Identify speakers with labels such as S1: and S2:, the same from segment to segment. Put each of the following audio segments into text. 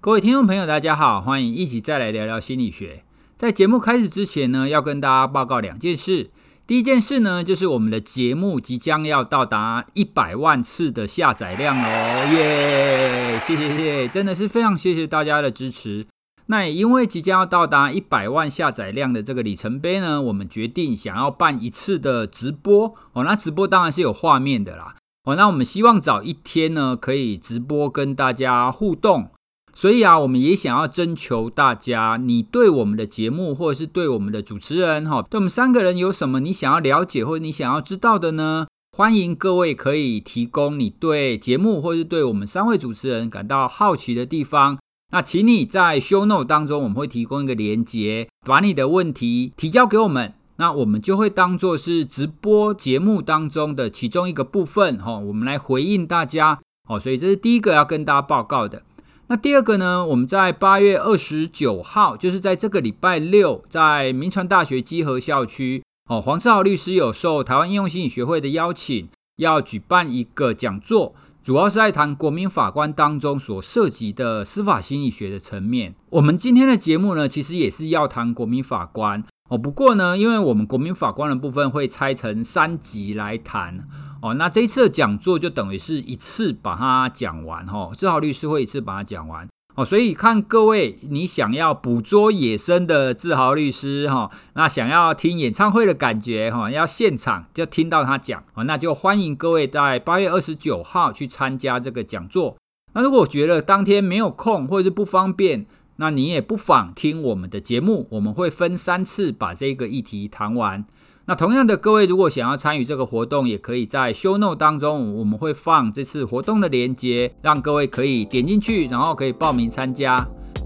S1: 各位听众朋友，大家好，欢迎一起再来聊聊心理学。在节目开始之前呢，要跟大家报告两件事。第一件事呢，就是我们的节目即将要到达一百万次的下载量哦，耶！谢谢谢谢，真的是非常谢谢大家的支持。那也因为即将要到达一百万下载量的这个里程碑呢，我们决定想要办一次的直播哦。那直播当然是有画面的啦。哦，那我们希望找一天呢，可以直播跟大家互动。所以啊，我们也想要征求大家，你对我们的节目，或者是对我们的主持人，哈，对我们三个人有什么你想要了解或者你想要知道的呢？欢迎各位可以提供你对节目或是对我们三位主持人感到好奇的地方。那请你在 show note 当中，我们会提供一个连接，把你的问题提交给我们，那我们就会当做是直播节目当中的其中一个部分，哈，我们来回应大家。哦，所以这是第一个要跟大家报告的。那第二个呢，我们在八月二十九号，就是在这个礼拜六，在明传大学基河校区，哦，黄世豪律师有受台湾应用心理学会的邀请，要举办一个讲座，主要是在谈国民法官当中所涉及的司法心理学的层面。我们今天的节目呢，其实也是要谈国民法官哦，不过呢，因为我们国民法官的部分会拆成三集来谈。哦，那这一次的讲座就等于是一次把它讲完哈，志、豪律师会一次把它讲完哦，所以看各位你想要捕捉野生的志豪律师哈、那想要听演唱会的感觉哈、要现场就听到他讲哦，那就欢迎各位在八月二十九号去参加这个讲座。那如果觉得当天没有空或者是不方便，那你也不妨听我们的节目，我们会分三次把这个议题谈完。那同样的，各位如果想要参与这个活动，也可以在 show note 当中，我们会放这次活动的链接，让各位可以点进去，然后可以报名参加。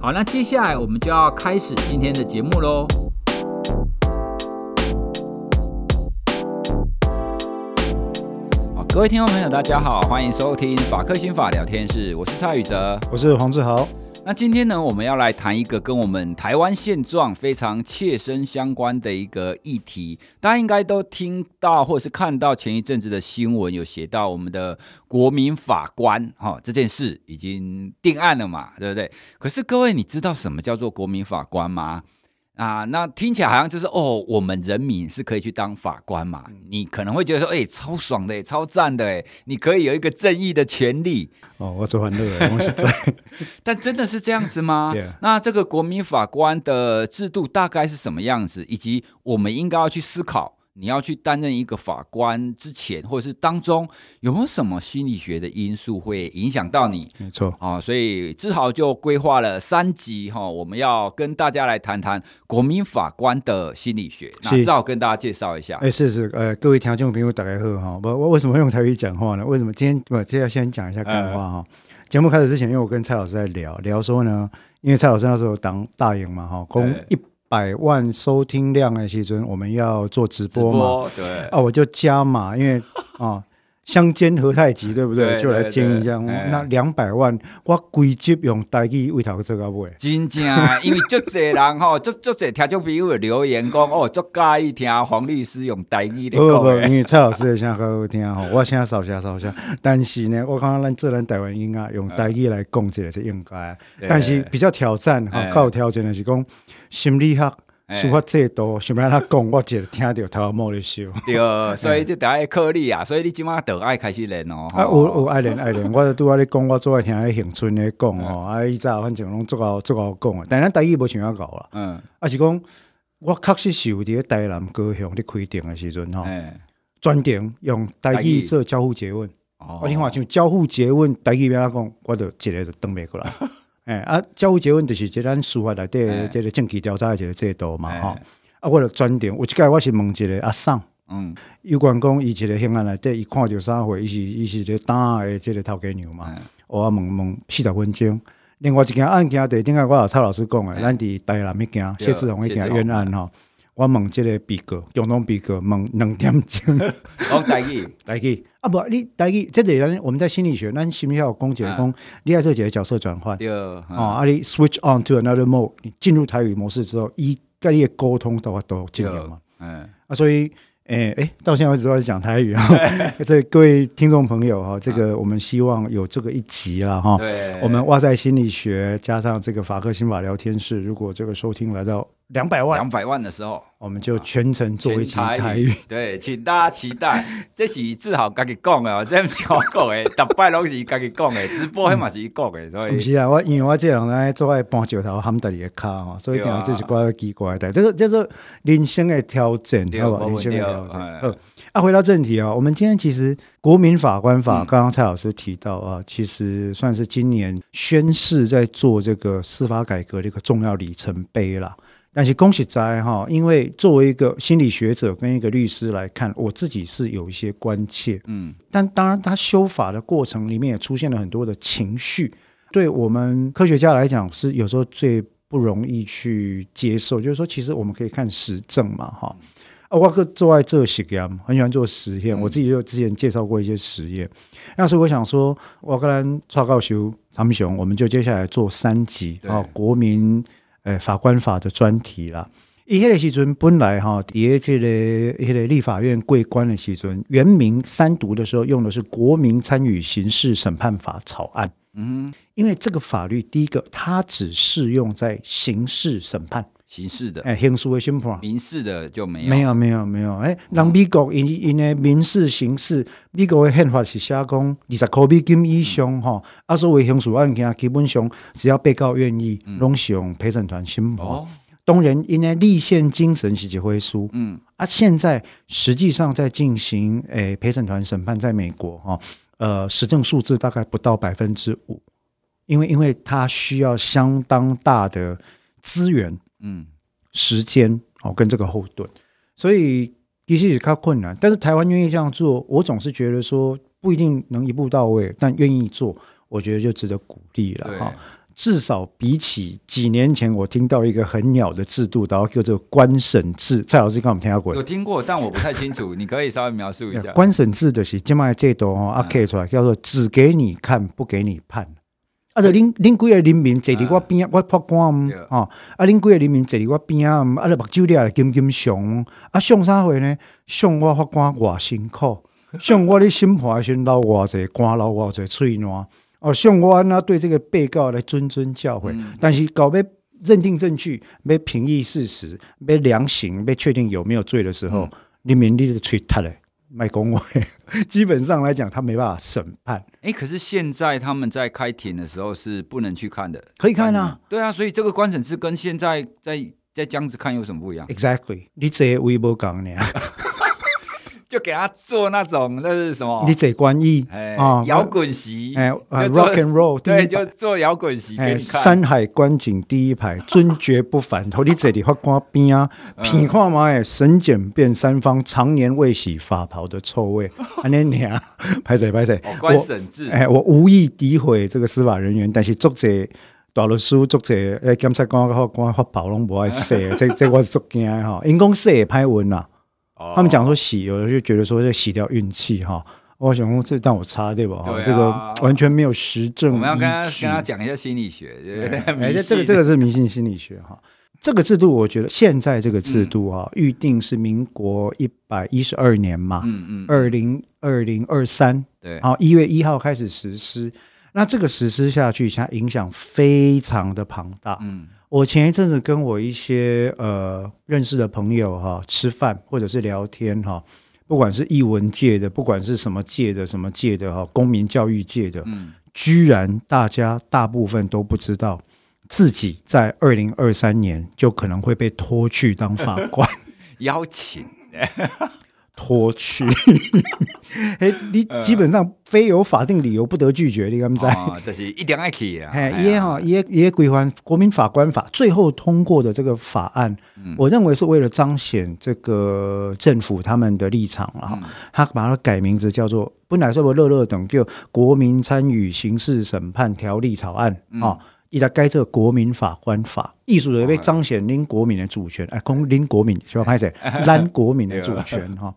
S1: 好，那接下来我们就要开始今天的节目喽。好，各位听众朋友，大家好，欢迎收听法克新法聊天室，我是蔡宇哲。
S2: 我是黄志豪。
S1: 那今天呢，我们要来谈一个跟我们台湾现状非常切身相关的一个议题。大家应该都听到或者是看到前一阵子的新闻，有写到我们的国民法官哈、哦、这件事已经定案了嘛，对不对？可是各位，你知道什么叫做国民法官吗？啊，那听起来好像就是哦，我们人民是可以去当法官嘛？你可能会觉得说，哎、超爽的，哎，超赞的，哎，你可以有一个正义的权利。
S2: 哦，我做欢乐了，我是在
S1: 但真的是这样子吗
S2: Yeah.
S1: 那这个国民法官的制度大概是什么样子，以及我们应该要去思考，你要去担任一个法官之前或者是当中，有没有什么心理学的因素会影响到你？
S2: 没错，
S1: 啊、所以志豪就规划了三集哈、我们要跟大家来谈谈国民法官的心理学。那
S2: 是
S1: 志豪跟大家介绍一下。
S2: 哎，是是，呃，各位听众朋友，大家好哈。我我为什么会用台语讲话呢？为什么今天我这要先讲一下干话哈？节目开始之前，因为我跟蔡老师在聊聊说呢，因为蔡老师那时候当大营嘛哈，公
S1: 哎
S2: 一百万收听量的时阵，我们要做直
S1: 直
S2: 播嘛，
S1: 对，
S2: 啊，我就加码，因 为啊。相煎何太急，对不对？
S1: 对
S2: 就来
S1: 对
S2: 煎一
S1: 对
S2: 下。
S1: 哎
S2: 那两百万，我规集用台语为头做到尾。
S1: 真正，因为足侪人吼， 足足侪听众朋友有留言讲，哦，足介意听黄律师用台语咧
S2: 不不
S1: 讲
S2: 不，
S1: 的。
S2: 因为蔡老师的声好好听吼， 我声扫下扫下，但是呢，我感觉咱做咱台湾音乐用台语来讲这个是应该的，
S1: 对
S2: 但是比较挑战哈
S1: 哎，
S2: 较有挑战的是讲心理学、
S1: 哎
S2: 司法制度，想要他 讲，我一个听着头毛咧
S1: 哦
S2: 烧。
S1: 对，所以就得爱靠你啊，所以你即马就爱开始练哦。
S2: 啊，有
S1: 吼
S2: 有爱练爱练，我拄仔咧讲，我最爱听迄乡村咧讲吼，
S1: 哎
S2: 啊，伊早反正拢足够足够讲的，但咱台语无像遐搞啦，
S1: 嗯，
S2: 啊是讲我确实是有伫咧台南高雄咧开店的时阵吼，
S1: 哎，
S2: 专程用台
S1: 台
S2: 语
S1: 语
S2: 做交互诘问。
S1: 哦
S2: 我你看，像交互诘问，台语边仔讲，我就一个就登袂过 来。哎、啊，交互诘问就是即咱司法内底
S1: 哎
S2: 的即个政治调查的一个制度嘛，
S1: 哎
S2: 吼、啊，我就专程，有一届我是问一个阿桑，
S1: 嗯，
S2: 有关讲伊一个凶案内底，伊看着啥货，伊是伊是一个打的即个头家娘嘛
S1: 哎，
S2: 我啊问问四十分钟。另外一件案件，第顶下我也蔡老师讲的，
S1: 哎
S2: 咱伫台南迄件
S1: 对
S2: 谢志宏迄
S1: 谢
S2: 件
S1: 志宏哎
S2: 冤案吼，我问即个被告，共同被告问两点钟。
S1: 讲台语，
S2: 台语啊不，你台语，这个咱我们在心理学，咱心理学有讲解
S1: 啊
S2: 讲，你爱做几个角色转换
S1: 对，
S2: 哦，
S1: 哦，
S2: 啊你 switch on to another mode，你进入台语模式之后，伊跟你的沟通都法都有经验嘛，
S1: 嗯，
S2: 啊，所以哎哎，到现在为止都在讲台语 啊。这各位听众朋友哈，这个我们希望有这个一集了哈。
S3: 对，
S2: 哦我们哇塞心理学加上这个法克心法聊天室，如果这个收听来到两百万，
S3: 两百万的时候，
S2: 我们就全程做一集
S3: 全
S2: 台语。，
S3: 对，请大家期待。这是志豪家己讲的哦，这不是我讲 的，逐摆拢是伊家己讲的，直播迄嘛是伊讲的，所
S2: 不
S3: 以
S2: 是啊，我因为我这人爱做爱搬石头喊家己的卡吼，所以定
S3: 对啊
S2: 这是怪奇怪的代。这个叫做人生的调整，
S3: 对
S2: 好不
S3: 没
S2: 好？人
S3: 问题
S2: 生的调整。
S3: 哎
S2: 呃，啊，回到正题啊，我们今天其实《国民法官法》刚刚蔡老师提到啊，其实算是今年宣誓在做这个司法改革的一个重要里程碑啦。但是恭喜在哈，因为作为一个心理学者跟一个律师来看，我自己是有一些关切，
S3: 嗯，
S2: 但当然，它修法的过程里面也出现了很多的情绪，对我们科学家来讲是有时候最不容易去接受。就是说，其实我们可以看实证嘛，哈。啊，我哥做爱做实验，很喜欢做实验。我自己就之前介绍过一些实验，那所以我想说，我跟咱蔡告修、长雄，我们就接下来做三集
S3: 对
S2: 啊、国民呃法官法的专题啦。伊迄个时阵本来哈、伫诶即个迄个立法院过关的时阵，原名三读的时候用的是《国民参与刑事审判法》草案。
S3: 嗯，
S2: 因为这个法律，第一个，它只适用在刑事审判，
S3: 刑事的、
S2: 哎，刑事的审判。
S3: 民事的就没有，哦
S2: 没有没有没有，哎，人美国因因的民事刑事，美国的宪法是写讲二十箍美金以
S3: 嗯
S2: 上吼，啊，所谓刑事案件基本上只要被告愿意，拢是用陪审团审
S3: 嗯
S2: 判。
S3: 哦，
S2: 当然，因为立宪精神是一回事，
S3: 嗯，
S2: 啊，现在实际上在进行诶陪审团审判，在美国哈、呃，实证数字大概不到百分之五，因为因为它需要相当大的资源、
S3: 嗯，
S2: 时间哦，跟这个后盾，所以的确是较困难。但是台湾愿意这样做，我总是觉得说不一定能一步到位，但愿意做，我觉得就值得鼓励了
S3: 对
S2: 哈。至少比起几年前，我听到一个很鸟的制度，然后叫做官审制。蔡老师刚我们听到过
S3: 有，听过，但我不太清楚，你可以稍微描述一下。嗯
S2: 官审制就是即卖制度吼，啊，刻出来叫做只给你看，不给你判。啊，就恁恁几个人民坐伫我边啊，我法官毋
S3: 对
S2: 吼，啊，恁几个人民坐伫我边啊，啊，就目睭了金金上，啊，上啥货呢？上我法官偌辛苦，上我咧审判的时阵流偌济汗，流偌济喙烂，哦，上我安那对这个被告来谆谆教诲，但是搞要认定证据，要评议事实，要量刑，要确定有没有罪的时候，人民你就吹他嘞。卖公委， 基本上来讲，他没办法审判，
S3: 哎，可是现在他们在开庭的时候是不能去看的，
S2: 可以看啊。
S3: 对啊，所以这个官审制跟现在在在江子看有什么不一样？
S2: Exactly，你坐的微博讲呢，
S3: 就给他做那种那是什么？
S2: 你坐官役
S3: 哎
S2: 啊，，
S3: 哦摇滚席，
S2: 哎呃
S3: 就做
S2: ，rock and roll，第
S3: 对，
S2: 一排
S3: 就做摇滚席给
S2: 哎，
S3: 你看。
S2: 山海观景第 一排，尊爵不凡。头你这里法官边啊，
S3: 嗯
S2: 品看嘛哎，神检辩三方常年未洗法袍的臭 味。安尼你啊， 拍谁拍谁
S3: 哦，，官
S2: 我
S3: 审制，
S2: 哎，我无意诋毁这个司法人员，但是作者大律师作者哎，检察官法官法袍拢不爱 洗，这这我是足惊的哈。因公洗也拍文啦，
S3: 哦
S2: 他们讲说洗，有人就觉得说这洗掉运气哈。哦我想说这让我插对吧？哈
S3: 对啊
S2: 这个完全没有实证依据。
S3: 我们要跟他跟他讲一下心理学，对 不对
S2: 哎，这
S3: 迷信
S2: 这个这个是迷信心理学哈。这个制度，我觉得现在这个制度
S3: 嗯
S2: 啊，预定是民国一百一十二年嘛，
S3: 嗯嗯，
S2: 二零二零二三，
S3: 对，
S2: 好一月一号开始实施。那这个实施下去，它影响非常的庞大。
S3: 嗯
S2: 我前一阵子跟我一些呃认识的朋友哈、吃饭或者是聊天哈、不管是艺文界的，不管是什么界的什么界的哈、公民教育界的，
S3: 嗯，
S2: 居然大家大部分都不知道自己在二零二三年就可能会被拖去当法官，
S3: 邀请，
S2: 拖去。 哎，你基本上非有法定理由不得拒绝，你敢不知？
S3: 哦，就是一定爱去啊，
S2: 哎，
S3: 哎
S2: 也
S3: 呀
S2: 哈，也也规范《国民法官法》最后通过的这个法案，我认为是为了彰显这个政府他们的立场了哈。他把它改名字叫做，本来说不乐乐等就《国民参与刑事审判条例草案》啊。伊来改这《国民法官法》，艺术的被彰显您国民的主权，哎，公您国民，是吧？拍谁？咱国民的主权哈。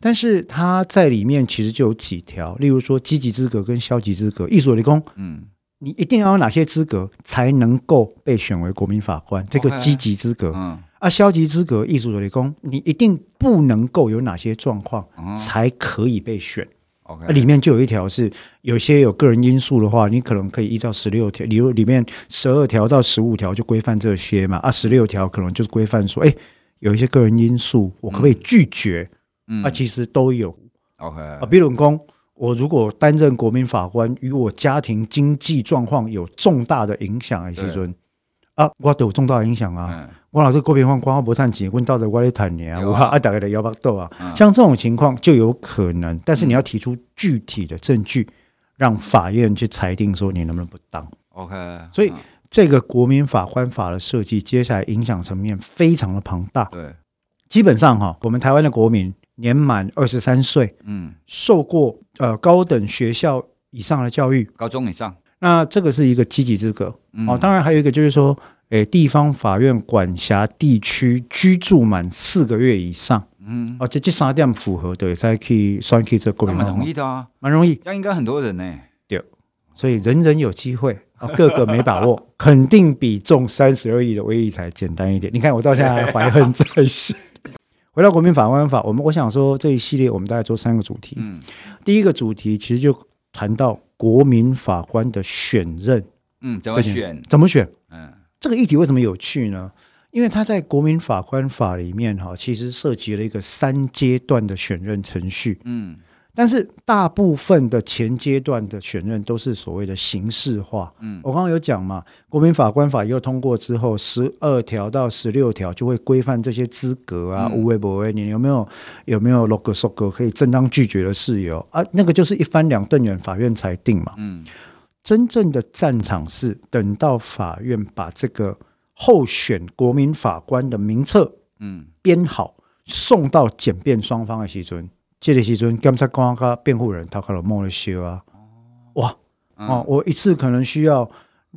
S2: 但是它在里面其实就有几条，例如说积极资格跟消极资格，艺术理工
S3: 嗯，
S2: 你一定要有哪些资格才能够被选为国民法官？这个
S3: 哦
S2: 积极资格、
S3: 嗯
S2: 啊，啊，消极资格艺术的理工，你一定不能够有哪些状况
S1: 嗯哎
S2: 才可以被选。
S1: ，OK，
S2: 那里面就有一条是，有些有个人因素的话，你可能可以依照十六条，里里面十二条到十五条就规范这些嘛，啊，十六条可能就是规范说，哎、有一些个人因素，我可不可以拒绝？
S1: 嗯
S2: 啊，其实都有
S1: OK，
S2: 啊，比如讲，我如果担任国民法官，与我家庭经济状况有重大的影响的时阵，啊，我都有重大的影响啊。
S1: 嗯
S2: 我老是国民法官我不探钱，问到底我在谈你啊，
S1: 对啊
S2: 我啊大概的摇巴豆啊，
S1: 嗯
S2: 像这种情况就有可能，但是你要提出具体的证据，让法院去裁定说你能不能不当。
S1: ，OK，
S2: 所以
S1: 嗯
S2: 这个国民法官法的设计，接下来影响层面非常的庞大。
S1: 对，
S2: 基本上哈、我们台湾的国民年满二十三岁，
S1: 嗯，
S2: 受过呃高等学校以上的教育，
S1: 高中以上，
S2: 那这个是一个积极资格。
S1: 嗯
S2: 哦，当然还有一个就是说，诶，地方法院管辖地区居住满四个月以上，
S1: 嗯，
S2: 哦，这这三点符合的，才可以算去这国
S1: 那
S2: 民
S1: 蛮
S2: 法
S1: 容
S2: 官，
S1: 易的啊，
S2: 蛮容易，
S1: 这样应该很多人呢，
S2: 所以人人有机会，哦、个个没把握， 肯定比中三十二亿的威力才简单一点。你看我到现在还怀恨在 心。回到国民法官法，我们我想说这一系列我们大概做三个主题，
S1: 嗯
S2: 第一个主题其实就谈到国民法官的选任
S1: 嗯，怎
S2: 怎
S1: 么选？
S2: 怎么选。
S1: 嗯
S2: 这个议题为什么有趣呢？因为它在国民法官法里面哈，其实涉及了一个三阶段的选任程序，
S1: 嗯
S2: 但是大部分的前阶段的选任都是所谓的形式化。
S1: 嗯
S2: 我刚刚有讲嘛，国民法官法又通过之后，十二条到十六条就会规范这些资格啊，
S1: 嗯
S2: 无为不为，你有没有有没有 log s o g 可以正当拒绝的事由啊？那个就是一翻两瞪眼，法院裁定嘛。
S1: 嗯
S2: 真正的战场是等到法院把这个候选国民法官的名册
S1: 嗯
S2: 编好，送到检辩双方的时阵，这个时阵检察官和辩护人他可能摸了修啊，哇
S1: 嗯
S2: 哦，我一次可能需要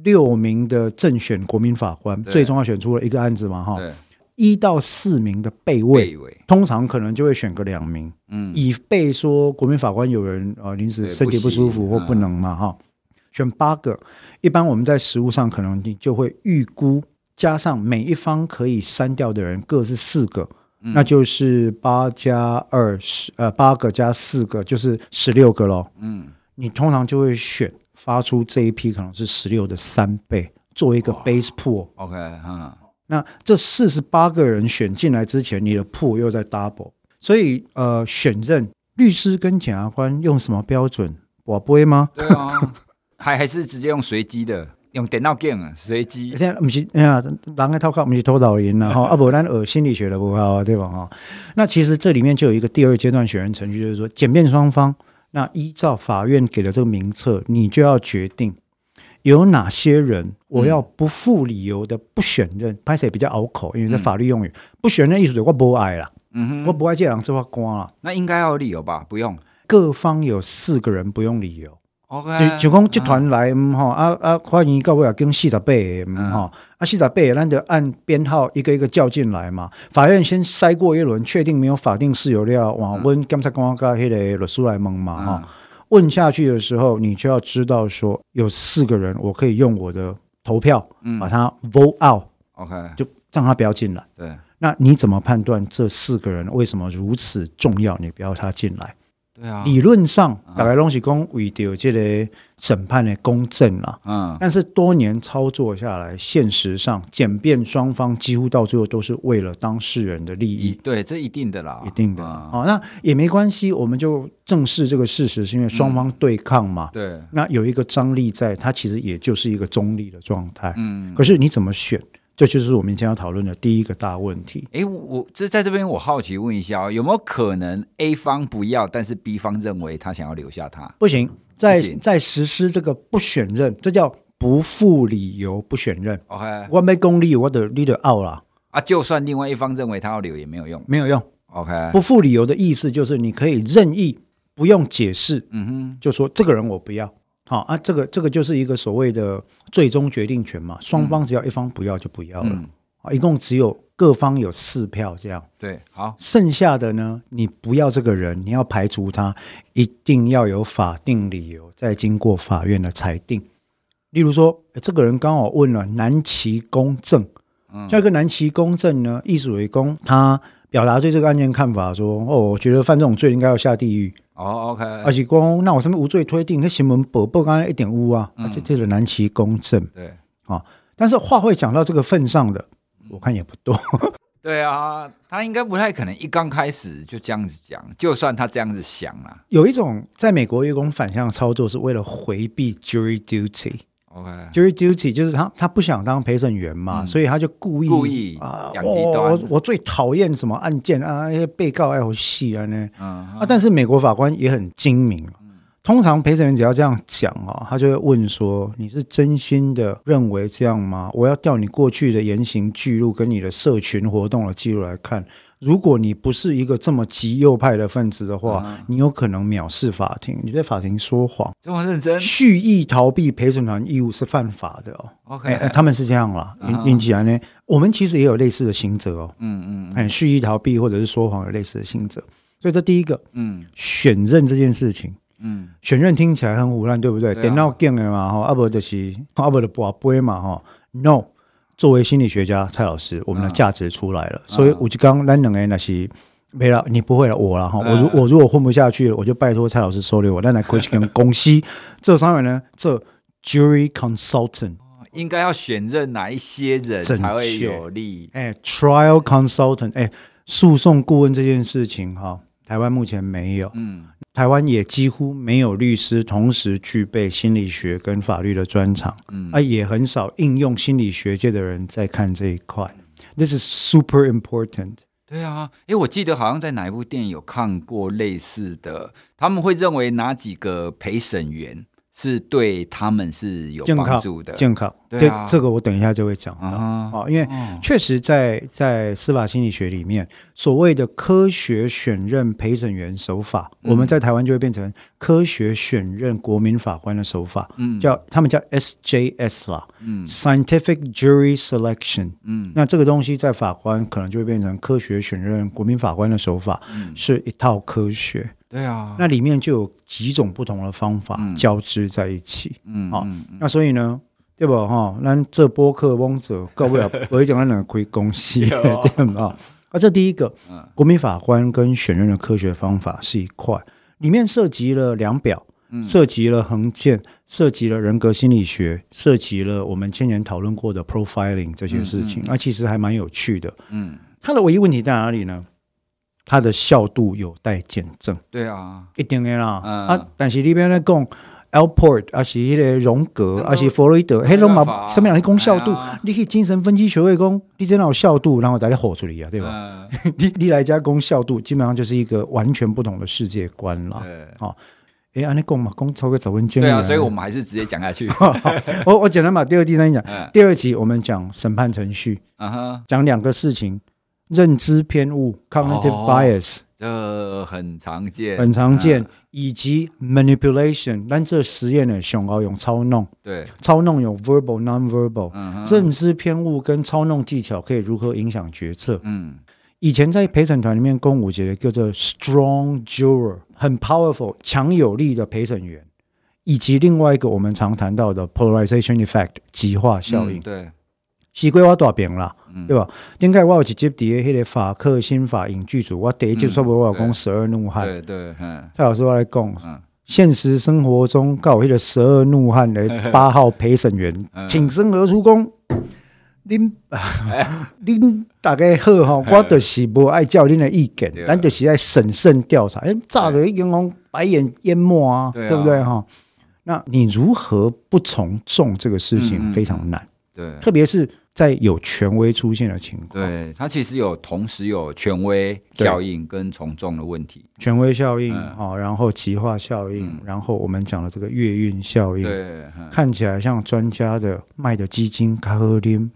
S2: 六名的正选国民法官，
S1: 对
S2: 最终要选出了一个案子嘛哈，
S1: 对，
S2: 一到四名的备位，
S1: 备位，
S2: 通常可能就会选个两名。
S1: 嗯
S2: 以备说国民法官有人呃临时
S1: 对
S2: 身体
S1: 不嗯
S2: 不
S1: 行
S2: 舒服或不能嘛哈、选八个。一般我们在实务上可能你就会预估加上每一方可以删掉的人各是四个，
S1: 嗯
S2: 那就是八加二十呃八个加四个就是十六个咯。
S1: 嗯
S2: 你通常就会选发出这一批可能是十六的三倍，作为一个 base pool。
S1: OK，嗯
S2: 那这四十八个人选进来之前，你的铺又在 double，所以呃，选任律师跟检察官用什么标准？我不会吗？
S1: 对啊， 还还是直接用随机的，用电脑 game 随机
S2: 现在不是哎呀，人的头壳不是头脑赢了哈，啊不然耳心理学的不好啊，对吧哈？那其实这里面就有一个第二阶段选任程序，就是说检辩双方，那依照法院给的这个名册，你就要决定有哪些人我要不附理由的不选任，拍谁比较拗口，因为这法律用语，不选任意思就是我不爱啦。
S1: 嗯
S2: 我
S1: 哼，
S2: 不爱借人这话官了。
S1: 那应该要有理由吧？不用
S2: 各方有四个人不用理由，
S1: ，OK，
S2: 就就讲集团来嗯吼啊啊，欢迎到尾啊跟四十八个嗯吼啊四十八个，咱就按编号一个一个叫进来嘛。法院先筛过一轮，确定没有法定事由了，往问检察官跟迄个律师来问嘛哈。
S1: 嗯
S2: 问下去的时候，你就要知道说有四个人，我可以用我的投票
S1: 嗯
S2: 哦把他 vote out，
S1: ，OK，
S2: 就让他不要进来。
S1: 对
S2: 那你怎么判断这四个人为什么如此重要？你不要他进来。
S1: 对啊，
S2: 理论上
S1: 啊
S2: 大概拢是讲为着这个审判的公正啦。
S1: 嗯
S2: 但是多年操作下来，现实上检辩双方几乎到最后都是为了当事人的利
S1: 一
S2: 益，
S1: 对这一定的啦，
S2: 一定的。哦
S1: 嗯
S2: 好、那也没关系，我们就正视这个事实，是因为双方对抗嘛。
S1: 对，
S2: 那有一个张力在，它其实也就是一个中立的状态。
S1: 嗯
S2: 可。是你怎么选，这就是我们今天要讨论的第一个大问题。
S1: 哎，我我这在这边，我好奇问一下哦，有没有可能 A 方不要，但是 B 方认为他想要留下他？
S2: 不行，在
S1: 不行
S2: 在实施这个不选任，这叫不负理由不选任。
S1: OK
S2: 我没功力，我的 leader out 啦，
S1: 啊，就算另外一方认为他要留也没有用。
S2: 没有用。
S1: OK，
S2: 不负理由的意思就是你可以任意不用解释，
S1: 嗯哼，
S2: 就说这个人我不要。好啊，这个这个就是一个所谓的最终决定权嘛，双方只要一方不要就不要了、
S1: 嗯，
S2: 啊，一共只有各方有四票这样，
S1: 对，好，
S2: 剩下的呢，你不要这个人，你要排除他，一定要有法定理由，再经过法院的裁定。例如说，呃这个人刚好问了南齐公正，
S1: 嗯
S2: 下一个南齐公正呢，易属为公，他表达对这个案件看法说：哦，我觉得犯这种罪应该要下地狱。
S1: 哦，OK，
S2: 而且公，那我上面无罪推定，那新闻播报刚才一点污啊，啊这这个南齐公正。
S1: 对
S2: 但是话会讲到这个份上的，我看也不多。
S1: 对啊，他应该不太可能一刚开始就这样子讲，就算他这样子想啊啦
S2: 有一种在美国有一种反向操作，是为了回避 jury duty。
S1: ，OK，
S2: jury duty 就是他他不想当陪审员嘛，
S1: 嗯
S2: 所以他就故意
S1: 故意
S2: 啊，
S1: 讲
S2: 我
S1: 极端
S2: 我我最讨厌什么案件啊，那些被告爱好戏啊呢
S1: 嗯
S2: 啊，但是美国法官也很精明。啊通常陪审员只要这样讲哦，他就会问说：“你是真心的认为这样吗？”我要调你过去的言行记录跟你的社群活动的记录来看，如果你不是一个这么极右派的分子的话，
S1: 啊
S2: 你有可能藐视法庭，你对法庭说谎。
S1: 这么认真
S2: 蓄意逃避陪审团义务是犯法的哦。
S1: ，OK，
S2: 哎、哎他们是这样啦，
S1: 啊
S2: 引引起来呢，我们其实也有类似的刑责哦，
S1: 嗯嗯
S2: 很蓄意逃避或者是说谎有类似的刑责。所以这第一个
S1: 嗯
S2: 选任这件事情，
S1: 嗯，
S2: 选任听起来很胡乱，对不对？
S1: 对啊
S2: 点到梗的嘛，哈，阿伯就是阿伯的不杯嘛，哈，no。作为心理学家蔡老师，我们的
S1: 嗯
S2: 价值出来了，所以我就刚咱两个那是没了，你不会了，我了哈。我如
S1: 嗯
S2: 我如果混不下去了，我就拜托蔡老师收留我，但来可以跟公司这三位呢，这 jury consultant。
S1: 应该要选任哪一些人
S2: 正
S1: 才会
S2: 确
S1: 有利？
S2: 哎，trial consultant，哎，诉讼顾问这件事情哈、台湾目前没有，
S1: 嗯
S2: 台湾也几乎没有律师同时具备心理学跟法律的专长，
S1: 嗯
S2: 啊，也很少应用心理学界的人在看这一块。This is super important。
S1: 对啊，因为我记得好像在哪一部电影有看过类似的，他们会认为哪几个陪审员是对他们是有
S2: 健
S1: 帮
S2: 康
S1: 助的。
S2: 健康，
S1: 对啊
S2: 这这个我等一下就会讲到
S1: 啊哈
S2: 哦，因为
S1: 哦
S2: 确实在在司法心理学里面，所谓的科学选任陪审员手法，
S1: 嗯
S2: 我们在台湾就会变成科学选任国民法官的手法，
S1: 嗯
S2: 叫他们叫 SJS 啦
S1: 嗯
S2: ，Scientific Jury Selection。
S1: 嗯
S2: 那这个东西在法官可能就会变成科学选任国民法官的手法，
S1: 嗯，
S2: 是一套科学。
S1: 对啊，
S2: 那里面就有几种不同的方法
S1: 嗯
S2: 交织在一起。
S1: 嗯
S2: 好
S1: 嗯嗯
S2: 那所以呢，对不哈？咱这播客翁者，各位啊，我一讲咱两个亏公司，
S1: 对哦
S2: 对吧？啊，这第一个
S1: 嗯，
S2: 国民法官跟选任的科学方法是一块，里面涉及了量表，
S1: 嗯
S2: 涉及了横线，涉及了人格心理学，涉及了我们先前讨论过的 profiling 这些事情，那、其实还蛮有趣的。
S1: 嗯，
S2: 它的唯一问题在哪里呢？它的效度有待见证。
S1: 对啊，
S2: 一定的啦。
S1: 嗯
S2: 啊，但是你边咧讲 Alport，啊是迄个荣格，
S1: 那都
S2: 啊是佛洛伊德，迄拢
S1: 办法
S2: 嘛，
S1: 啊
S2: 什么人咧讲效度
S1: 哎呀？
S2: 你去精神分析学会讲，你真的有效度，然后把你吼出来啊，对吧？
S1: 嗯，
S2: 你你来家讲效度，基本上就是一个完全不同的世界观啦。
S1: 嗯对
S2: 诶，安尼讲嘛，讲超过早文经
S1: 对啊，所以我们还是直接讲下去。
S2: 我我简单把第二、第三讲
S1: 嗯。
S2: 第二集我们讲审判程序，
S1: 啊哈，
S2: 讲两个事情：认知偏误 （cognitive
S1: 哦
S2: bias）、
S1: 这很常见，
S2: 很常见
S1: 嗯，
S2: 以及 manipulation。咱这实验呢，上高用操弄。
S1: 对，
S2: 操弄有 verbal、non-verbal，、
S1: 嗯哼，
S2: 认知偏误跟操弄技巧可以如何影响决策？
S1: 嗯
S2: 以前在陪审团里面，公武节的叫做 strong juror，很 powerful、强有力的陪审员，以及另外一个我们常谈到的 polarization effect 极化效
S1: 嗯。
S2: 应
S1: 对，
S2: 西瓜我大饼啦，
S1: 嗯
S2: 对吧？应该我有一集伫迄个法克新法影剧组，我第一集
S1: 嗯
S2: 说不我有
S1: 对
S2: 讲十二怒汉，
S1: 对对，嗯
S2: 蔡老师我来讲。
S1: 嗯
S2: 现实生活中，告迄个十二怒汉的八号陪审员
S1: 嗯
S2: 挺身而出讲， 恁恁大概好吼，我就是无爱照恁的意见
S1: 对，啊
S2: 咱就是爱审慎调查。哎，炸的已经讲白眼淹没啊，
S1: 对啊
S2: 对不对哈？那你如何不从众这个事
S1: 嗯嗯
S2: 情
S1: 嗯
S2: 非常难，
S1: 对。
S2: 特别是在有权威出现的情况，
S1: 对，它其实有同时有权威
S2: 对
S1: 效应跟从众的问题。
S2: 权威效应
S1: 嗯
S2: 哦，然后极化效应
S1: 嗯，
S2: 然后我们讲的这个月运效应，
S1: 对，嗯
S2: 看起来像专家的卖的基金卡喝林。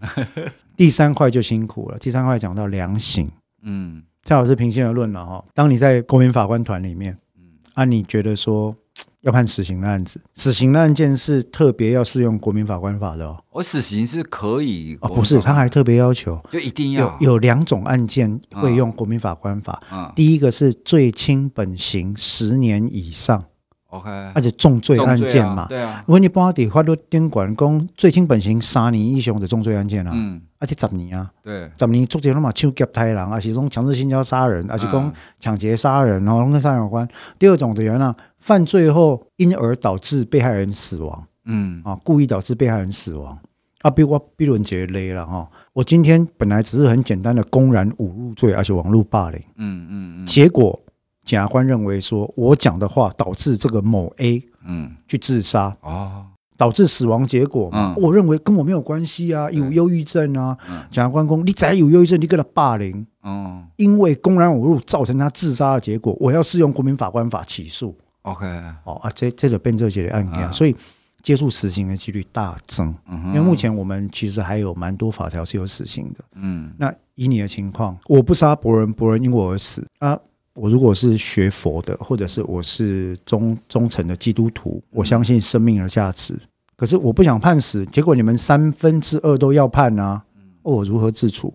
S2: 第三块就辛苦了，第三块讲到量刑，
S1: 嗯
S2: 蔡老师平心而论了哈，当你在国民法官团里面，
S1: 嗯
S2: 啊，你觉得说要判死刑的案子，死刑的案件是特别要适用国民法官法的哦，
S1: 我死刑是可以
S2: 哦，不是，他还特别要求
S1: 就一定
S2: 有
S1: 要
S2: 有两种案件会用国民法官法，
S1: 嗯
S2: 第一个是最轻本刑十年以上，
S1: ，OK，
S2: 而且重罪案件嘛
S1: 嗯重罪啊。对啊，
S2: 如果你帮底法律顶管讲最轻本刑三年以上的重罪案件啊，
S1: 嗯，
S2: 而且十年啊，
S1: 对，
S2: 十年足者拢嘛抢劫杀人，啊是讲强制性交杀人，啊是讲
S1: 嗯
S2: 抢劫杀人，然后拢跟杀人有关。第二种的人啊，犯罪后因而导致被害人死亡。
S1: 嗯
S2: 啊，故意导致被害人死亡啊，比我比论节勒了哈。我今天本来只是很简单的公然侮辱罪，而且网络霸凌，
S1: 嗯嗯嗯
S2: 结果检察官认为说我讲的话导致这个某 A
S1: 嗯，
S2: 去自杀，
S1: 哦，
S2: 导致死亡结果嘛，
S1: 嗯
S2: 我认为跟我没有关系啊，有
S1: 对
S2: 忧郁症啊，
S1: 嗯
S2: 检察官公你再有忧郁症，你跟他霸凌。
S1: 哦
S2: 因为公然侮辱造成他自杀的结果，我要适用国民法官法起诉
S1: ，OK，嗯
S2: 哦啊，这这个变这些的案件，
S1: 啊
S2: 所以接触死刑的几率大增。
S1: 嗯
S2: 因
S1: 哼，
S2: 为目前我们其实还有蛮多法条是有死刑的。
S1: 嗯
S2: 那以你的情况，我不杀伯仁，伯仁因我而死啊。我如果是学佛的，或者是我是忠忠诚的基督徒，我相信生命的价值。可是我不想判死，结果你们三分之二都要判啊！哦，我如何自处？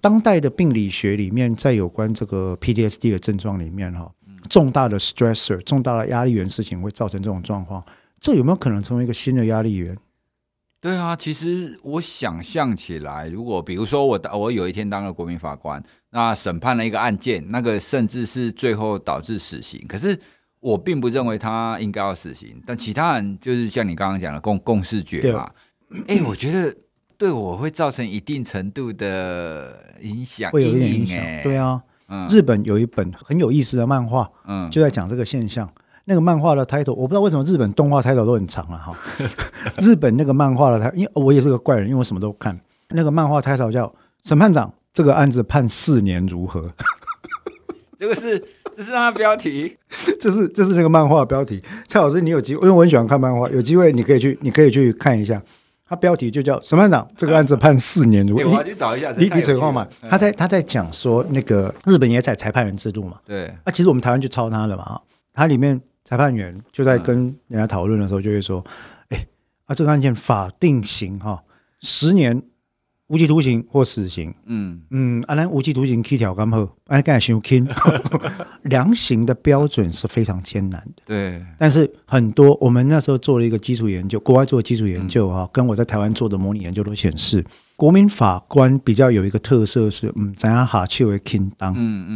S2: 当代的病理学里面，在有关这个 PTSD 的症状里面，哈，重大的 stressor、重大的压力源事情会造成这种状况，这有没有可能成为一个新的压力源？
S1: 对啊，其实我想象起来，如果比如说我当我有一天当了国民法官，那审判了一个案件，那个甚至是最后导致死刑，可是我并不认为他应该要死刑，但其他人就是像你刚刚讲的共共视觉嘛，哎、我觉得对我会造成一定程度的影响，
S2: 会有一点
S1: 阴
S2: 影
S1: 影、
S2: 响
S1: 哎，。
S2: 对，啊，
S1: 嗯
S2: 日本有一本很有意思的漫画，
S1: 嗯，
S2: 就在讲这个现象。那个漫画的 title 我不知道为什么日本动画 title 都很长了、啊哈。 日本那个漫画的 title，因为我也是个怪人，因为我什么都看。那个漫画 title 叫《审判长》，这个案子判四年如何？
S1: 这个是这是他的标题，
S2: 这是这是那个漫画的标题。蔡老师，你有机会，因为我很喜欢看漫画，有机会你可以去，你可以去看一下。它标题就叫《审判长》，这个案子判四年如
S1: 哎、
S2: 何？
S1: 我要去找一下。
S2: 你
S1: 这
S2: 你
S1: 太
S2: 你
S1: 有趣
S2: 嘴
S1: 了
S2: 话嘛？
S1: 嗯
S2: 他在他在讲说那个日本也在裁判员制度嘛。
S1: 对，
S2: 啊，其实我们台湾就抄他的嘛，啊他里面裁判员就在跟人家讨论的时候就会说，哎、啊这个案件法定刑哈、十年无期徒刑或死刑，
S1: 嗯
S2: 嗯，啊咱无期徒刑起条干后，啊干修轻， 量刑的标准是非常艰难的，
S1: 对，
S2: 但是很多我们那时候做了一个基础研究，国外做的基础研究哈、跟我在台湾做的模拟研究都显示，国民法官比较有一个特色是，嗯，咱要下手的轻当，
S1: 嗯嗯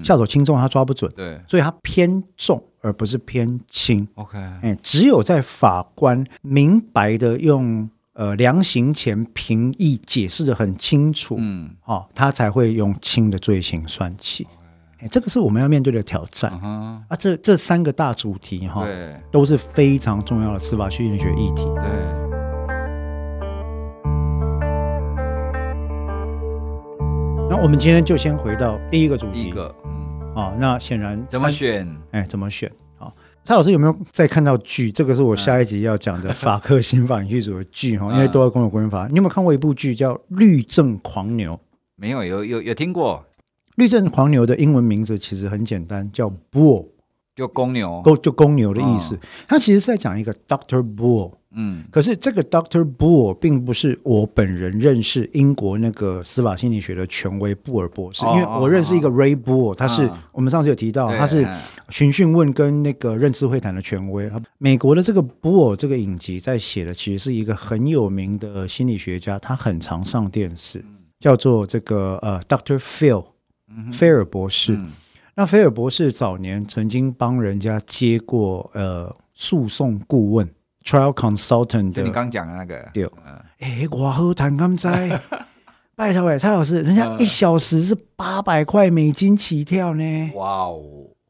S1: 嗯，
S2: 下手轻重他抓不准。
S1: 对
S2: 所以它偏重而不是偏轻。
S1: ，OK，
S2: 哎，只有在法官明白的用呃量刑前评议解释的很清楚，
S1: 嗯
S2: 哦，他才会用轻的罪行算起。哎，这个是我们要面对的挑战
S1: 哦嗯哼，
S2: 啊！这这三个大主题哈、
S1: 对
S2: 都是非常重要的司法训练学议题。
S1: 对。
S2: 那我们今天就先回到第一个主
S1: 第一
S2: 题
S1: 个，嗯，
S2: 啊、那显然
S1: 怎么
S2: 三
S1: 选？
S2: 哎，怎么选啊？好蔡老师有没有再看到剧？这个是我下一集要讲的法克刑法影剧组的剧哈，
S1: 嗯
S2: 因为都要公有国民法。你有没有看过一部剧叫《律政狂牛》？《
S1: 没有，有有有听过，
S2: 律政狂牛》的英文名字其实很简单，叫
S1: 嗯
S2: Bull，
S1: 就公牛，
S2: 公就公牛的意思。它其实是在讲一个 Doctor Bull，
S1: 嗯
S2: 可是这个 Doctor Bull 并不是我本人认识英国那个司法心理学的权威布尔博士，
S1: 哦
S2: 因为我认识一个 Ray Bull，他是
S1: 嗯
S2: 我们上次有提到，
S1: 对
S2: 他哦是
S1: 嗯
S2: 询讯问跟那个认知会谈的权威。美国的这个布尔这个影集在写的其实是一个很有名的心理学家，他很常上电视，叫做这个呃 Doctor Phil 菲尔博士。
S1: 嗯
S2: 那菲尔博士早年曾经帮人家接过呃诉讼顾问 （trial consultant）
S1: 就
S2: 的
S1: 你刚讲的那个，
S2: 对
S1: 嗯
S2: 哎，我好谈 甘在，拜托哎，蔡老师，人
S1: 嗯
S2: 家一小时是八百块美金起跳呢。
S1: 哇哦，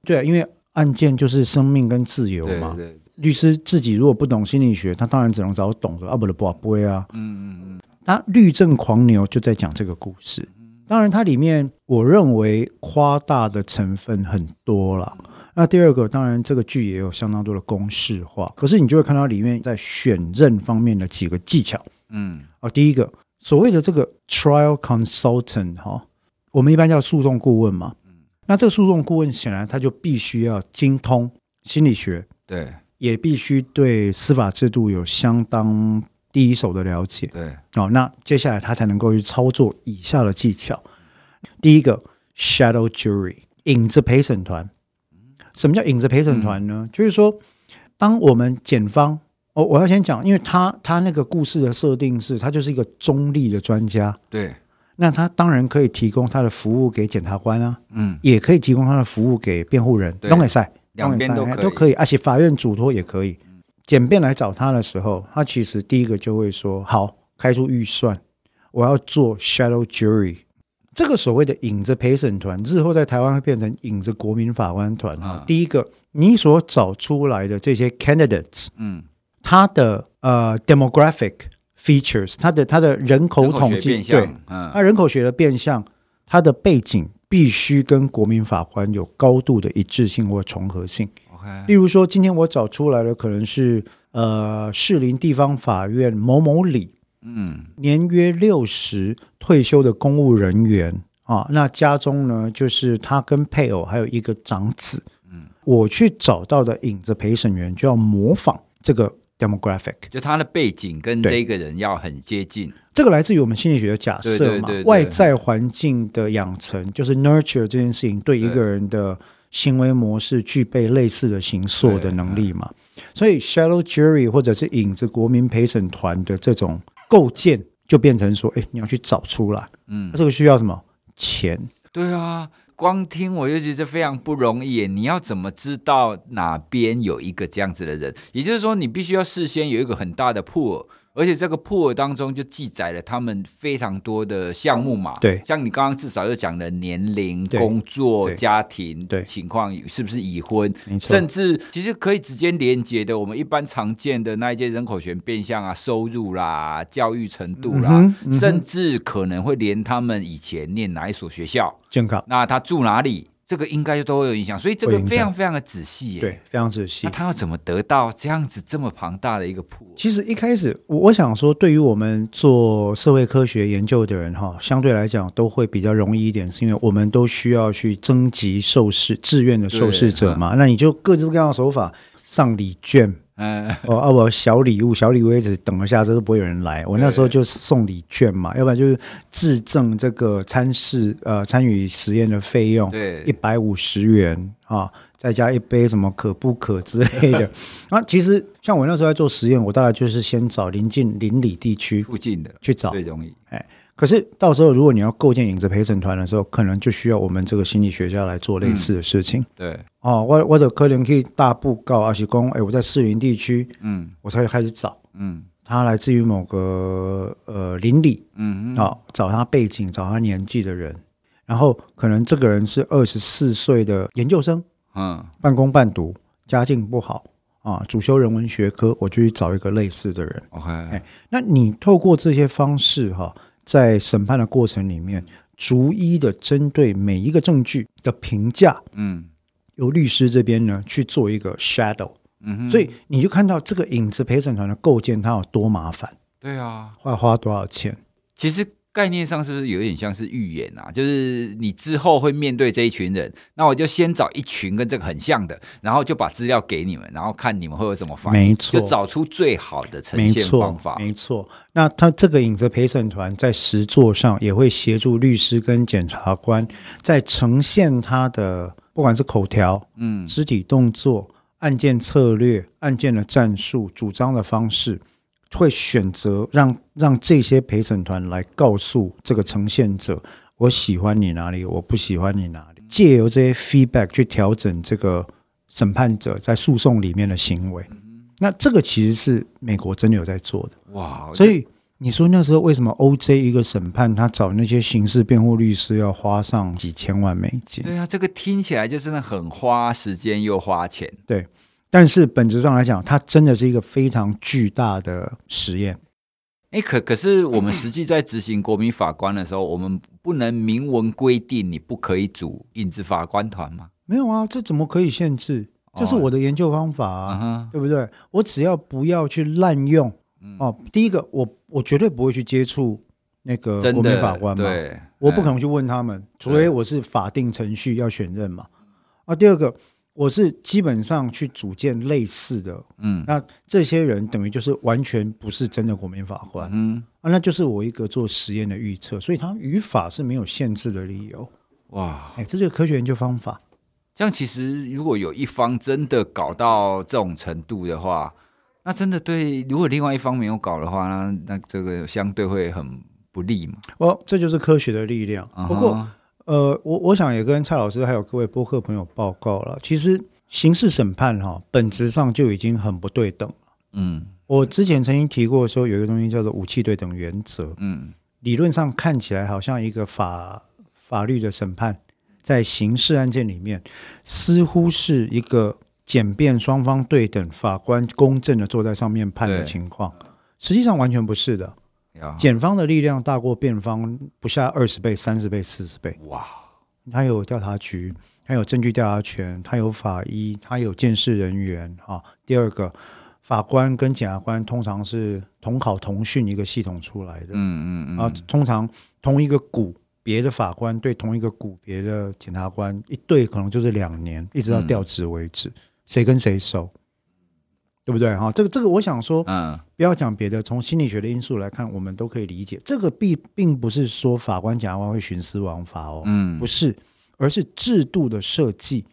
S2: 对，因为案件就是生命跟自由
S1: 对
S2: 嘛。
S1: 对，
S2: 律师自己如果不懂心理学，他当然只能找懂的啊，不是不不会啊。
S1: 嗯嗯
S2: 他律政狂牛就在讲这个故事。当然，它里面我认为夸大的成分很多了。那第二个，当然这个剧也有相当多的公式化，可是你就会看到里面在选任方面的几个技巧。
S1: 嗯
S2: 啊，第一个所谓的这个 trial consultant 哈、我们一般叫诉讼顾问嘛。那这个诉讼顾问显然他就必须要精通心理学，
S1: 嗯，对
S2: 也必须对司法制度有相当第一手的了解。
S1: 对，
S2: 哦，那接下来他才能够去操作以下的技巧。第一个，shadow jury 影子陪审团。什么叫影子陪审团呢？就是说，当我们检方，哦，我要先讲，因为他他那个故事的设定是，他就是一个中立的专家，
S1: 对，
S2: 那他当然可以提供他的服务给检察官啊，
S1: 嗯，
S2: 也可以提供他的服务给辩护人，
S1: 对
S2: 都可以赛，
S1: 两边都
S2: 可
S1: 可以
S2: 哎都以，而且法院嘱托也可以。检辩来找他的时候，他其实第一个就会说：“好，开出预算，我要做 shadow jury。”这个所谓的影子陪审团，日后在台湾会变成影子国民法官团哈。
S1: 嗯
S2: 第一个，你所找出来的这些 candidates，
S1: 嗯，
S2: 他的呃 demographic features，他的他的人口
S1: 人口
S2: 统
S1: 学
S2: 计
S1: 变
S2: 对
S1: 相，嗯，
S2: 那人口学的变相，它的背景必须跟国民法官有高度的一致性或重合性。例
S1: OK，
S2: 如说，今天我找出来的可能是呃，士林地方法院某某里
S1: 嗯，
S2: 年约六十退休的公务人员啊，那家中呢就是他跟配偶还有一个长子。嗯，我去找到的影子陪审员就要模仿这个 demographic。
S1: 就他的背景跟
S2: 对
S1: 这个人要很接近，
S2: 这个来自于我们心理学的假设嘛，
S1: 对对对对
S2: 外在环境的养成，就是 nurture 这件事情对一个人的行为模式具备类似的形塑
S1: 嗯
S2: 的能力嘛。所以 shadow jury 或者是影子国民陪审团的这种构建，就变成说，哎，你要去找出来，
S1: 嗯
S2: 那，这个需要什么钱？
S1: 对啊。光听我就觉得非常不容易耶，你要怎么知道哪边有一个这样子的人？也就是说，你必须要事先有一个很大的 pool，而且这个 pool 当中就记载了他们非常多的项目嘛。
S2: 嗯对
S1: 像你刚刚至少又讲了年龄、
S2: 对
S1: 工作、
S2: 对
S1: 家庭
S2: 对
S1: 情况，是不是已婚，
S2: 没错
S1: 甚至其实可以直接连接的，我们一般常见的那一些人口学变相啊、收入啦、教育程度啦，
S2: 嗯哼嗯哼
S1: 甚至可能会连他们以前念哪一所学校，
S2: 健康，
S1: 那他住哪里，这个应该就都会有影响。所以这
S2: 会
S1: 个
S2: 影响
S1: 非常非常的仔细耶。
S2: 对，，非常仔细
S1: 那。他要怎么得到这样子这么庞大的一个铺？
S2: 其实一开始，我我想说，对于我们做社会科学研究的人哈，相对来讲都会比较容易一点，是因为我们都需要去征集受试志愿的受试者嘛。那你就各式各样的手法，上礼券
S1: 嗯，
S2: 哦，啊，我小礼物，小礼物一直等了下，这都不会有人来。我那时候就送礼券嘛，要不然就是自赠这个参试呃参与实验的费用，
S1: 对
S2: 一百五十元啊，再加一杯什么可不可之 类的。那其实像我那时候在做实验，我大概就是先找临近邻里地区
S1: 附近的
S2: 去找
S1: 最。容易。
S2: 可是到时候如果你要构建影子陪审团的时候，可能就需要我们这个心理学家来做类似的事情。
S1: 对，
S2: 哦，我我的可能可以大布告，而且公哎，我在士林地区，
S1: 嗯
S2: 我才会开始找。
S1: 嗯
S2: 他来自于某个呃邻里
S1: 嗯嗯，
S2: 啊、找他背景、找他年纪的人，然后可能这个人是二十四岁的研究生，
S1: 嗯
S2: 半工半读，家境不好啊，主修人文学科，我就去找一个类似的人。
S1: ，OK，
S2: 那你透过这些方式哈、在审判的过程里面，逐一的针对每一个证据的评价，
S1: 嗯
S2: 由律师这边呢去做一个 shadow，
S1: 嗯哼，
S2: 所以你就看到这个影子陪审团的构建它有多麻烦，
S1: 对啊，
S2: 要花多少钱。
S1: 其实概念上是不是有点像是预言啊？就是你之后会面对这一群人，那我就先找一群跟这个很像的，然后就把资料给你们，然后看你们会有什么反应，
S2: 没错
S1: 就找出最好的呈
S2: 没
S1: 现
S2: 错
S1: 方，法。
S2: 没错。那他这个影子陪审团在实作上也会协助律师跟检察官在呈现他的不管是口条、
S1: 嗯
S2: 肢体动作、案件策略、案件的战术、主张的方式，会选择让让这些陪审团来告诉这个呈现者，我喜欢你哪里，我不喜欢你哪里，借由这些 feedback 去调整这个审判者在诉讼里面的行为。那这个其实是美国真的有在做的，
S1: 哇，
S2: 所以你说那时候为什么 OJ 一个审判，他找那些刑事辩护律师要花上几千万美金？
S1: 对啊，这个听起来就真的很花时间又花钱。
S2: 但是本质上来讲，它真的是一个非常巨大的实验。
S1: 哎，可可是我们实际在执行国民法官的时候，我们不能明文规定你不可以组影子法官团吗？
S2: 没有啊，这怎么可以限制？
S1: 哦
S2: 这是我的研究方法
S1: 啊
S2: 啊，
S1: 哈，
S2: 对不对？我只要不要去滥用
S1: 嗯
S2: 哦。第一个，我我绝对不会去接触那个
S1: 真
S2: 国民
S1: 的
S2: 法官嘛，
S1: 对，
S2: 我不可
S1: 嗯
S2: 能去问他们，除非我是法定程序要选任嘛。啊，第二个，我是基本上去组建类似的，
S1: 嗯
S2: 那这些人等于就是完全不是真的国民法官啊，
S1: 嗯。
S2: 那就是我一个做实验的预测，所以它语法是没有限制的理由。
S1: 哇，
S2: 哎，这是个科学研究方法。
S1: 这样其实如果有一方真的搞到这种程度的话，那真的对，如果另外一方没有搞的话，那那这个相对会很不利嘛。
S2: 哦，这就是科学的力量。不过，
S1: 啊
S2: 呃，我我想也跟蔡老师还有各位播客朋友报告了，其实刑事审判哈、本质上就已经很不对等。
S1: 嗯
S2: 我之前曾经提过说，有一个东西叫做武器对等原则，
S1: 嗯
S2: 理论上看起来好像一个法法律的审判，在刑事案件里面似乎是一个检辩双方对等，法官公正的坐在上面判的
S1: 对
S2: 情况，实际上完全不是的。
S1: 呀
S2: 检方的力量大过辩方不下二十倍、三十倍、四十倍。
S1: 哇，
S2: 他有调查局，他有证据调查权，他有法医，他有鉴识人员啊。第二个，法官跟检察官通常是同考同训一个系统出来的、
S1: 嗯嗯嗯
S2: 啊，通常同一个股别的法官对同一个股别的检察官一对可能就是两年，一直到
S1: 嗯
S2: 调职为止，谁跟谁熟，对不对？哈、这个这个，我想说，
S1: 嗯
S2: 不要讲别的，从心理学的因素来看，我们都可以理解。这个并并不是说法官、检察官会徇私枉法哦，
S1: 嗯
S2: 不是，而是制度的设计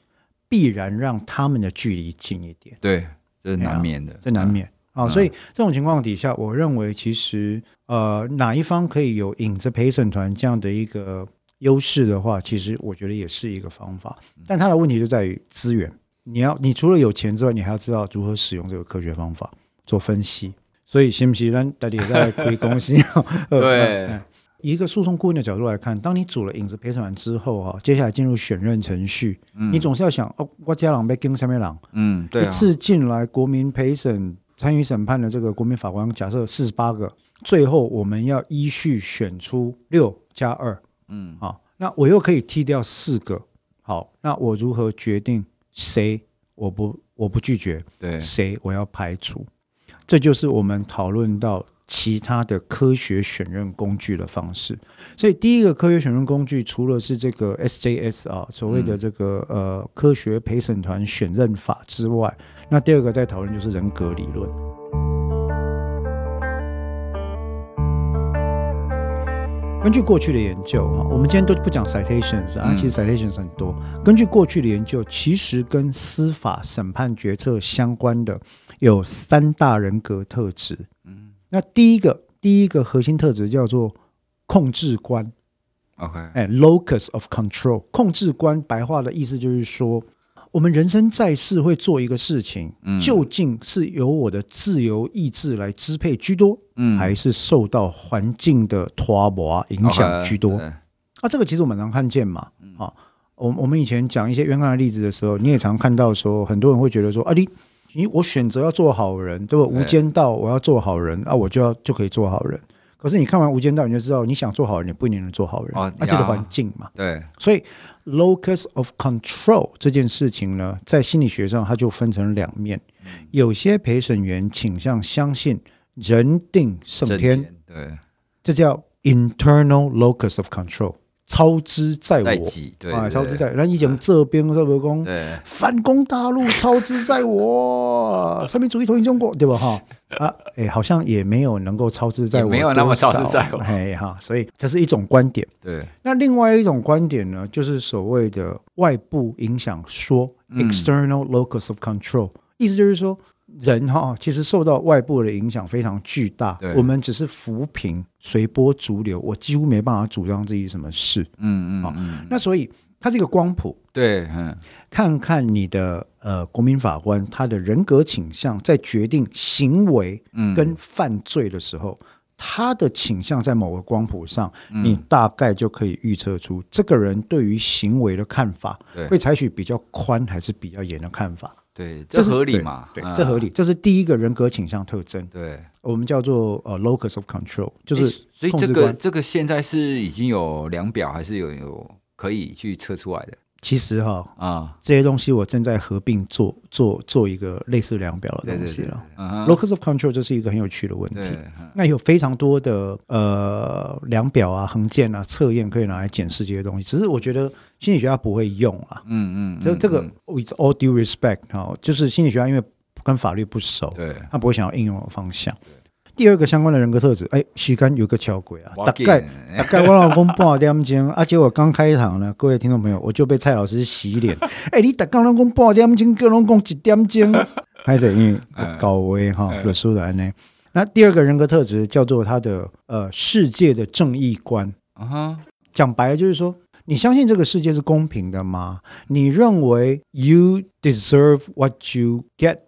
S2: 必然让他们的距离近一点，
S1: 对，这是
S2: 哎呀
S1: 难免的，
S2: 这难
S1: 嗯。
S2: 免啊、
S1: 嗯
S2: 所以这种情况底下，我认为其实呃哪一方可以有引着陪审团这样的一个优势的话，其实我觉得也是一个方法。
S1: 嗯
S2: 但它的问题就在于资源，你要你除了有钱之外，你还要知道如何使用这个科学方法做分析。所以，是不是咱大家在归公司？ 哦
S1: 对
S2: 嗯以一个诉讼顾问的角度来看，当你组了影子陪审团之后啊，接下来进入选任程序，
S1: 嗯
S2: 你总是要想哦，我家人被跟什么人？
S1: 嗯，对
S2: 一
S1: 啊，
S2: 次进来国民陪审参与审判的这个国民法官，假设四十八个，最后我们要依序选出六加二，
S1: 嗯
S2: 好、那我又可以踢掉四个，好，那我如何决定谁我不我不拒绝，
S1: 对，
S2: 谁我要排除？这就是我们讨论到其他的科学选任工具的方式。所以，第一个科学选任工具，除了是这个 SJS 啊，所谓的这个、呃科学陪审团选任法之外，那第二个在讨论就是人格理论。根据过去的研究哈，我们今天都不讲 citations 啊，
S1: 嗯
S2: 其实 citations 很多。根据过去的研究，其实跟司法审判决策相关的有三大人格特质。
S1: 嗯
S2: 那第一个，第一个核心特质叫做控制官，
S1: ，OK，
S2: 哎，locus of control。控制官白话的意思就是说，我们人生在世会做一个事情，
S1: 嗯
S2: 究竟是由我的自由意志来支配居多，
S1: 嗯
S2: 还是受到环境的拖磨影响
S1: OK，
S2: 居多？
S1: 对嗯
S2: 啊，这个其实我们常看见嘛，啊，我我们以前讲一些冤案的例子的时候，你也常看到说，很多人会觉得说，啊，你你我选择要做好人，对吧？
S1: 对
S2: 无间道，我要做好人啊，我就要就可以做好人。可是你看完《无间道》，你就知道，你想做好人，你不一定能做好人，
S1: 哦
S2: 啊，这个
S1: 呀
S2: 环境嘛。
S1: 对，
S2: 所以 locus of control 这件事情呢，在心理学上它就分成两面，
S1: 嗯
S2: 有些陪审员倾向相信人定胜
S1: 正
S2: 天，
S1: 天对，
S2: 这叫 internal locus of control，超之在
S1: 在
S2: 我。
S1: 己对
S2: 啊，
S1: 对
S2: 超支
S1: 对嗯
S2: 在，咱以前这边在不讲
S1: 对，
S2: 反攻大陆，超支在 我，三民主义统一中国，对吧？哈啊，哎，好像也没有能够超支在我，
S1: 也没有那么超支在我
S2: 哎哈，所以这是一种观点。
S1: 对，
S2: 那另外一种观点呢，就是所谓的外部影响说、
S1: 嗯
S2: （external locus of control），意思就是说，人哈、其实受到外部的影响非常巨大
S1: 对，
S2: 我们只是浮萍，随波逐流，我几乎没办法主张自己什么事。
S1: 嗯
S2: 好
S1: 嗯嗯，
S2: 那所以它这个光谱，
S1: 对，嗯
S2: 看看你的呃国民法官他的人格倾向，在决定行为
S1: 嗯，
S2: 跟犯罪的时候，他的倾向在某个光谱上，
S1: 嗯
S2: 你大概就可以预测出这个人对于行为的看法
S1: 对
S2: 会采取比较宽还是比较严的看法，
S1: 对，这
S2: 是
S1: 合理
S2: 对
S1: 嘛？
S2: 对，
S1: 嗯
S2: 这合理，这是第一个人格倾向特征，
S1: 对，
S2: 我们叫做呃 locus of control，就
S1: 诶
S2: 是
S1: 所以
S2: 控
S1: 这
S2: 制
S1: 个
S2: 官。
S1: 这个现在是已经有量表，还是有有可以去测出来的
S2: 其实哈。
S1: 啊？
S2: 这些东西我正在合并做做做一个类似量表的
S1: 对
S2: 东
S1: 对
S2: 西
S1: 对，
S2: 了。
S1: 嗯哼
S2: Locus of control 这是一个很有趣的问
S1: 对
S2: 题。
S1: 嗯
S2: 那有非常多的呃量表啊、横件啊、测验可以拿来检视这些东西，只是我觉得心理学家不会用啊。
S1: 嗯嗯，
S2: 这、
S1: 嗯
S2: 这个
S1: 嗯
S2: with all due respect 哈、就是心理学家因为跟法律不熟，
S1: 对
S2: 他不会想要应用的方向。第二个相关的人格特质，哎，时间有个桥轨啊，
S1: 我
S2: 大
S1: 见
S2: 概
S1: 哎
S2: 大概我老公半点钟，啊，结果刚开场呢，各位听众朋友，我就被蔡老师洗脸。 哎、你大刚拢讲半点钟，各拢讲一点钟，还是因为我搞位哈，
S1: 嗯
S2: 就输然呢。那第二个人格特质叫做他的呃世界的正义观。
S1: 啊哈，
S2: 讲白了就是说，你相信这个世界是公平的吗？你认为 you deserve what you get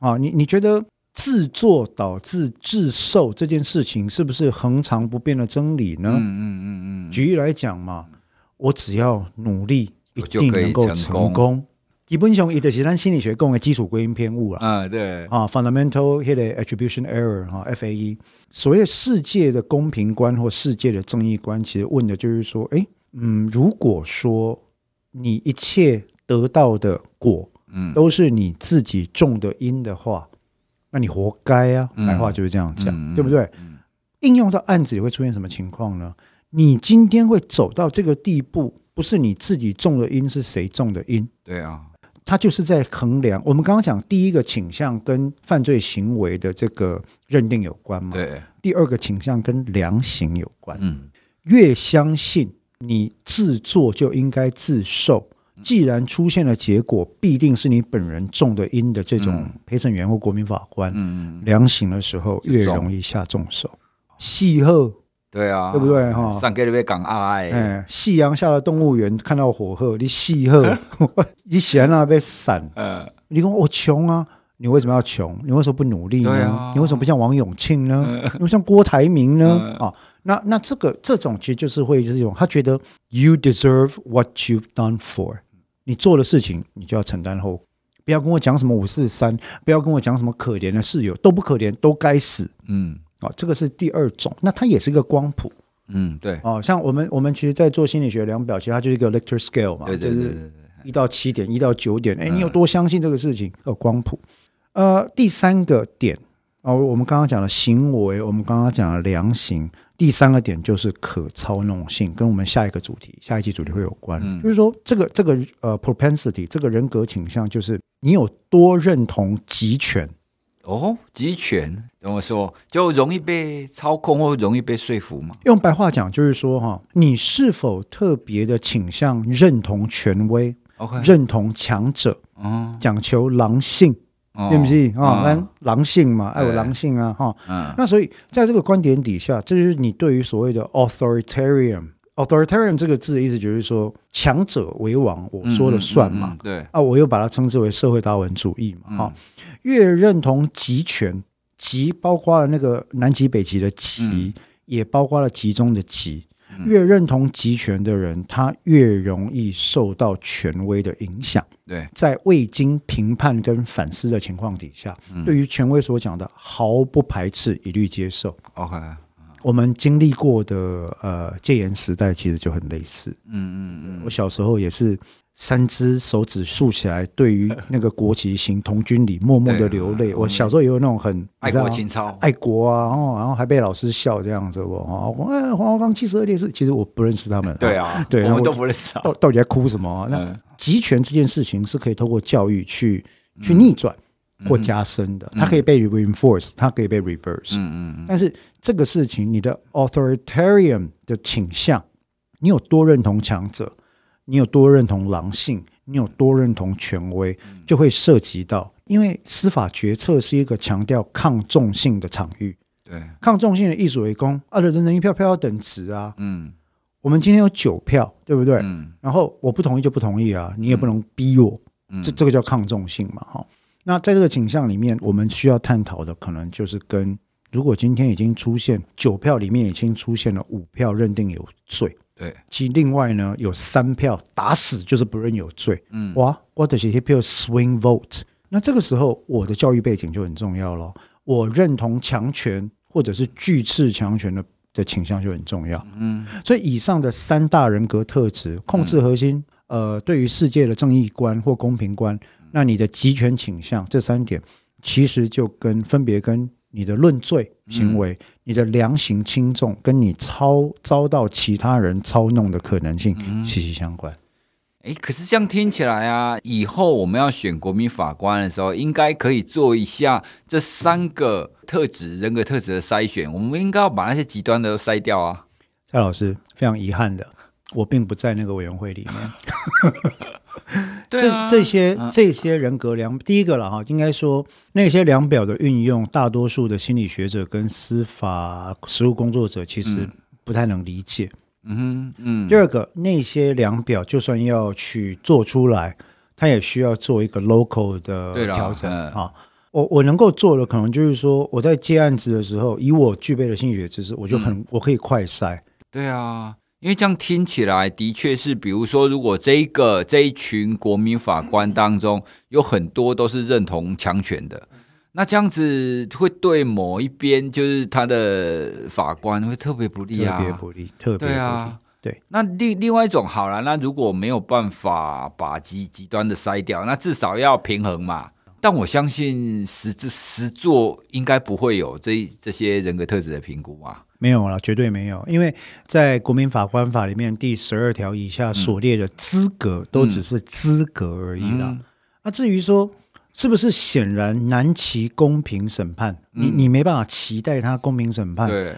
S2: 啊？你你觉得自作导致自受这件事情是不是恒常不变的真理呢？
S1: 嗯嗯嗯嗯，
S2: 举例来讲嘛，我只要努力，一
S1: 我就
S2: 定
S1: 可以
S2: 能够
S1: 成
S2: 成
S1: 功
S2: 基本上，伊就是咱心理学讲的基础归因偏误啦。
S1: 啊对，
S2: 啊，fundamental 迄个 attribution error 哈、FAE，所谓的世界的公平观或世界的正义观，其实问的就是说，诶，嗯，如果说你一切得到的果
S1: 嗯
S2: 都是你自己种的因的话，那你活该啊！
S1: 嗯
S2: 白话就是这样讲，
S1: 嗯嗯
S2: 对不对？
S1: 嗯
S2: 应用到案子里会出现什么情况呢？你今天会走到这个地步，不是你自己种的因，是谁种的因？
S1: 对啊，
S2: 它就是在衡量我们刚刚讲第一个倾向跟犯罪行为的这个认定有关嘛，
S1: 对，
S2: 第二个倾向跟量刑有关。
S1: 嗯
S2: 越相信你自作就应该自受，
S1: 嗯
S2: 既然出现了结果，必定是你本人种的因的这种
S1: 嗯
S2: 陪审员或国民法官，
S1: 嗯嗯，
S2: 量刑的时候
S1: 就
S2: 越
S1: 重
S2: 容易下重手。戏后，
S1: 对啊，
S2: 对不对哈
S1: 上个月讲啊爱，
S2: 哎，夕阳下的动物园看到火鹤，你戏后， 你嫌那被闪。
S1: 嗯
S2: 你跟我穷啊，你为什么要穷？你为什么不努力呢？
S1: 对啊
S2: 你为什么不像王永庆 呢？你为什么像郭台铭呢？
S1: 嗯
S2: 啊，那那这个这种其实就是会是一种，他觉得 you deserve what you've done for，你做的事情你就要承担后果。不要跟我讲什么五四三，不要跟我讲什么可怜的室友，都不可怜，都该死
S1: 嗯
S2: 啊！这个是第二种，那它也是一个光谱
S1: 嗯，对
S2: 啊。像我们我们其实，在做心理学量表，其实它就是一个 Richter scale 嘛，
S1: 对对
S2: 就
S1: 对
S2: 是
S1: 对对，
S2: 一到七点，一到九点，哎，
S1: 嗯
S2: 你有多相信这个事情？呃，光谱。呃，第三个点哦，我们刚刚讲的行为，我们刚刚讲的量刑，第三个点就是可操弄性，跟我们下一个主题、下一期主题会有关。
S1: 嗯
S2: 就是说，这个这个呃 propensity 这个人格倾向，就是你有多认同集权，
S1: 哦，集权怎么说就容易被操控或容易被说服嘛？
S2: 用白话讲就是说哈、你是否特别的倾向认同权威、
S1: OK，
S2: 认同强者，
S1: 嗯，
S2: 讲求狼性。
S1: 哦
S2: 是不是啊？咱、
S1: 嗯
S2: 狼性嘛，爱有
S1: 对
S2: 狼性啊，哈、
S1: 嗯，
S2: 那所以在这个观点底下，这就是你对于所谓的 authoritarian。authoritarian 这个字的意思就是说强者为王，我说了算嘛。
S1: 嗯，嗯嗯嗯对，
S2: 啊，我又把它称之为社会达尔文主义嘛，哈、哦越认同集权，集包括了那个南极、北极的极，
S1: 嗯
S2: 也包括了集中的集。
S1: 嗯
S2: 越认同集权的人，他越容易受到权威的影响。
S1: 嗯对，
S2: 在未经评判跟反思的情况底下，
S1: 嗯
S2: 对于权威所讲的毫不排斥，一律接受。
S1: OK，
S2: 我们经历过的呃戒严时代其实就很类似。
S1: 嗯嗯
S2: 我
S1: 嗯，
S2: 小时候也是三只手指竖起来，对于那个国旗行同军礼，默默的
S1: 对
S2: 流
S1: 啊
S2: 泪。
S1: 我
S2: 我
S1: 们
S2: 小时候也有那种很
S1: 爱国情，操
S2: 你知道吗， 爱国啊，然后然后还被老师笑这样子。我哦，我哎，黄花岗七十二烈士，其实我不认识他们。
S1: 对，啊，
S2: 对
S1: 我
S2: 然后
S1: 们都不认识啊，
S2: 到到底在哭什么啊？那
S1: 嗯
S2: 集权这件事情是可以透过教育去去逆转或加深的，它可以被 reinforce，它可以被 reverse。
S1: 嗯嗯嗯，
S2: 但是这个事情，你的 authoritarian 的倾向，你有多认同强者，你有多认同狼性，你有多认同权威，就会涉及到，因为司法决策是一个强调抗重性的场域。
S1: 对，
S2: 抗重性的艺术为公，二的人人一票票要等值啊。
S1: 嗯
S2: 我们今天有九票，对不对？
S1: 嗯
S2: 然后我不同意就不同意啊，你也不能逼我，
S1: 嗯，
S2: 这这个叫抗重性嘛，哈。那在这个倾向里面，我们需要探讨的可能就是跟如果今天已经出现九票里面已经出现了五票认定有罪，
S1: 对，
S2: 其另外呢有三票打死就是不认有罪，
S1: 嗯
S2: 哇，我的写一票 swing vote。那这个时候我的教育背景就很重要咯，我认同强权或者是拒斥强权的的倾向就很重要。
S1: 嗯
S2: 所以以上的三大人格特质，控制核心，
S1: 嗯
S2: 呃，对于世界的正义观或公平观，那你的集权倾向，这三点其实就跟分别跟你的论罪
S1: 嗯
S2: 行为、你的量刑轻重，
S1: 嗯
S2: 跟你操遭到其他人操弄的可能性息息相关。
S1: 哎、哎，可是这样听起来啊，以后我们要选国民法官的时候，应该可以做一下这三个特质人格特质的筛选。我们应该要把那些极端的都筛掉啊。
S2: 蔡老师非常遗憾的，我并不在那个委员会里面。
S1: 对啊，
S2: 这这些
S1: 嗯
S2: 这些人格量，第一个了哈，应该说那些量表的运用，大多数的心理学者跟司法实务工作者其实
S1: 嗯
S2: 不太能理解。
S1: 嗯哼嗯，
S2: 第二个，那些量表就算要去做出来，它也需要做一个 local
S1: 对
S2: 的
S1: 啦
S2: 调整
S1: 嗯
S2: 啊。我我能够做的，可能就是说，我在接案子的时候，以我具备的心理学知识，我就
S1: 嗯
S2: 很、我可以快筛。
S1: 对啊，因为这样听起来的确是，比如说，如果这一个这一群国民法
S2: 嗯
S1: 官当中有很多都是认同强权的，
S2: 嗯
S1: 那这样子会对某一边就是他的法官会特别不利
S2: 特
S1: 啊，
S2: 别不利，特别不利。
S1: 对啊。
S2: 对，
S1: 那另另外一种好了，那如果没有办法把极极端的筛掉，那至少要平衡嘛。但我相信实质实作应该不会有这一这些人格特质的评估啊。
S2: 没有了，绝对没有，因为在《国民法官法》里面第十二条以下所列的资格，都只是资格而已啦。
S1: 嗯
S2: 啊，至于说是不是显然难其公平审判，
S1: 嗯
S2: 你你没办法期待他公平审判。
S1: 对，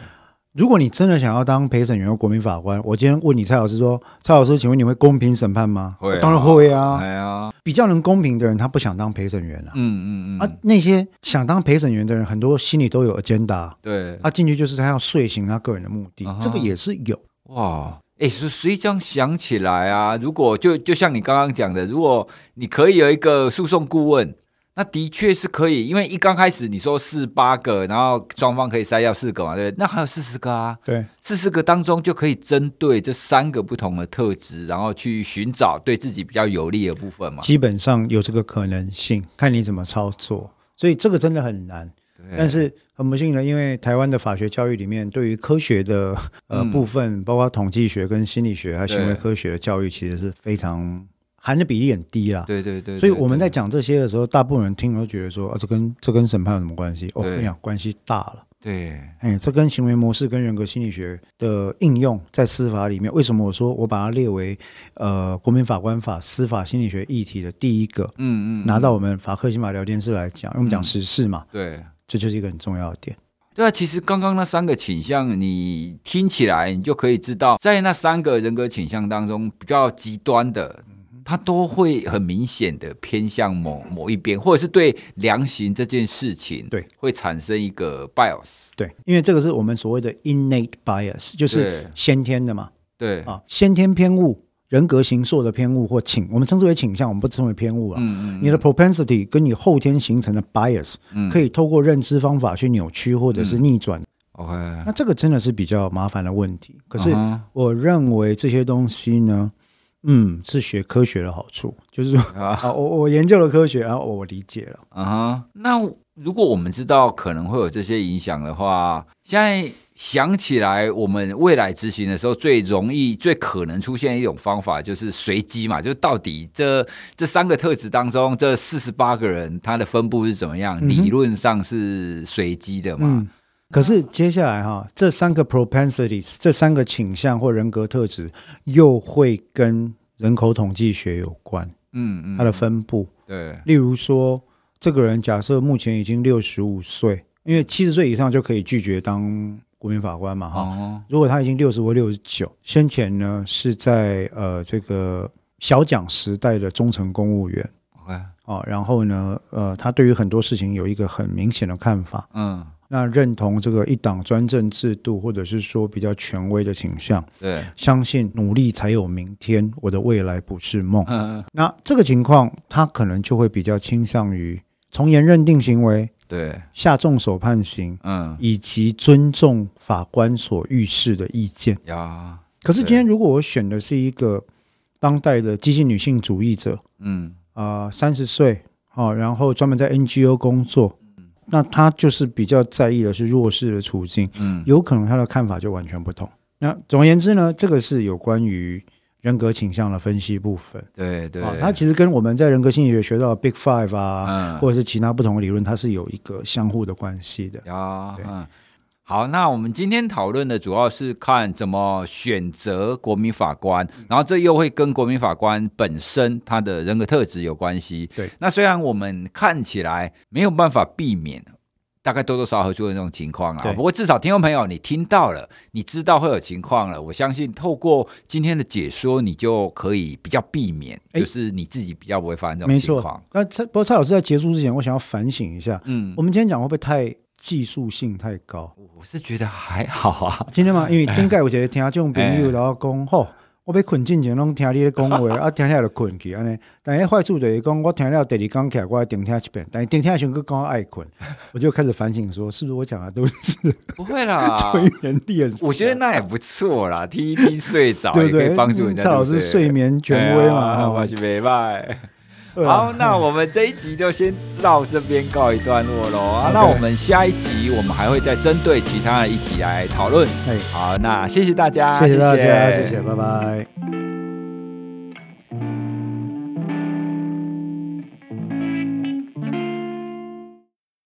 S2: 如果你真的想要当陪审员或国民法官，我今天问你蔡老师说，蔡老师，请问你会公平审判吗？
S1: 会啊
S2: 当然会啊。
S1: 哎呀，
S2: 比较能公平的人，他不想当陪审员啊。
S1: 嗯嗯嗯，
S2: 啊，那些想当陪审员的人，很多心里都有 agenda 啊。
S1: 对，
S2: 他进去就是他要遂行他个人的目的，
S1: 啊哈
S2: 这个也是有。
S1: 哇，哎，所所以这样想起来啊，如果就就像你刚刚讲的，如果你可以有一个诉讼顾问，那的确是可以，因为一刚开始你说四八个，然后双方可以筛掉四个嘛，对不对？那还有四十个啊，
S2: 对，
S1: 四十个当中就可以针对这三个不同的特质，然后去寻找对自己比较有利的部分嘛。
S2: 基本上有这个可能性，看你怎么操作。所以这个真的很难，
S1: 对
S2: 但是很不幸的，因为台湾的法学教育里面对于科 学的呃、
S1: 嗯
S2: 部分，包括统计学跟心理学还有
S1: 对
S2: 行为科学的教育，其实是非常含的比例很低啦。
S1: 对对对，
S2: 啊所以我们
S1: 对
S2: 在讲这些的时候，大部分人听了都觉得说啊，这跟这跟审判有什么关系？哦，
S1: 对
S2: 我跟你讲，关系大了。
S1: 对
S2: 哎，这跟行为模式跟人格心理学的应用在司法里面，为什么我说我把它列为呃国民法官法司法心理学议题的第一个？
S1: 嗯嗯，
S2: 拿到我们法克刑法聊天室来讲，因为我们讲时事嘛，
S1: 对。
S2: 这就是一个很重要的点。
S1: 对啊，其实刚刚那三个倾向，你听起来你就可以知道，在那三个人格倾向当中，比较极端的，他都会很明显的偏向某某一边，或者是对量刑这件事情，
S2: 对，
S1: 会产生一个 bias，
S2: 对，因为这个是我们所谓的 innate bias，就是
S1: 对
S2: 先天的嘛，
S1: 对，
S2: 啊，先天偏误、人格形塑的偏误或倾，我们称之为倾向，我们不称为偏误啊。
S1: 嗯嗯
S2: 你的 propensity 跟你后天形成的 bias，、
S1: 嗯
S2: 可以透过认知方法去扭曲或者是逆转，
S1: ，OK，
S2: 那这个真的是比较麻烦的问题。可是
S1: 嗯
S2: 我认为这些东西呢，嗯，是学科学的好处，就是说
S1: 哼啊
S2: 啊，我我研究了科学，然、后我理解了。
S1: 啊哈，那如果我们知道可能会有这些影响的话，现在想起来，我们未来执行的时候，最容易、最可能出现一种方法就是随机嘛，就到底这这三个特质当中，这四十八个人他的分布是怎么样？
S2: 嗯哼
S1: 理论上是随机的嘛？
S2: 嗯，可是接下来哈，这三个 propensities，这三个倾向或人格特质，又会跟人口统计学有关，
S1: 嗯嗯，
S2: 它的分布。
S1: 对
S2: 例如说，这个人假设目前已经六十五岁，因为七十岁以上就可以拒绝当国民法官嘛哈。
S1: 哦，
S2: 如果他已经六十或六十九，先前呢是在呃这个小蒋时代的中层公务员
S1: OK，
S2: 哦，然后呢呃他对于很多事情有一个很明显的看法，
S1: 嗯，
S2: 那认同这个一党专政制度，或者是说比较权威的倾向，
S1: 对，
S2: 相信努力才有明天，我的未来不是梦。
S1: 嗯，
S2: 那这个情况，他可能就会比较倾向于从严认定行为、
S1: 对，
S2: 下重手判刑，
S1: 嗯
S2: 以及尊重法官所预示的意见。
S1: 呀，
S2: 可是
S1: 对
S2: 今天如果我选的是一个当代的激进女性主义者，
S1: 嗯
S2: 啊，三十岁，哦，然后专门在 NGO 工作，那他就是比较在意的是弱势的处境，
S1: 嗯，
S2: 有可能他的看法就完全不同。那总而言之呢，这个是有关于人格倾向的分析部分
S1: 对对
S2: 啊，，它其实跟我们在人格心理学学到的 Big Five 啊，
S1: 嗯
S2: 或者是其他不同的理论，它是有一个相互的关系的。
S1: 呀，
S2: 对
S1: 嗯，好，那我们今天讨论的主要是看怎么选择国民法官，
S2: 嗯
S1: 然后这又会跟国民法官本身他的人格特质有关系。
S2: 对，
S1: 那虽然我们看起来没有办法避免。大概多多少少会出现这种情况啦
S2: 对，
S1: 不过至少听众朋友你听到了，你知道会有情况了。我相信透过今天的解说，你就可以比较避免，
S2: 哎
S1: 就是你自己比较不会发生这种
S2: 没
S1: 情
S2: 错
S1: 况。。
S2: 那蔡不过蔡老师在结束之前，我想要反省一下，
S1: 嗯，
S2: 我们今天讲会不会太技术性太高？
S1: 我是觉得还好啊。
S2: 今天嘛，因为顶盖有一个听众朋
S1: 哎
S2: 友，然后讲吼。我要困进前拢听你咧 讲话，啊，听下就困去安尼。但迄坏处就是讲，我听了第二讲起来，我要重听一遍，但是重听的时阵佫讲我爱 困，我就开始反省说，是不是我讲的都是
S1: 不会啦，
S2: 催眠力很强？
S1: 啊我觉得那也不错啦， 听一听睡着
S2: 对
S1: 也
S2: 不
S1: 可
S2: 对？嗯
S1: 以帮助人家。
S2: 蔡老
S1: 对不
S2: 师
S1: 对
S2: 睡眠权威
S1: 哎呀
S2: 嘛，
S1: 我
S2: 哦
S1: 是没拜。
S2: 对啊
S1: 好，那我们这一集就先到这边告一段落喽。 啊，那我们下一集我们还会再针对其他的议题来讨论。
S2: 哎
S1: 好，那谢谢大家，
S2: 谢谢大家，谢谢，拜拜。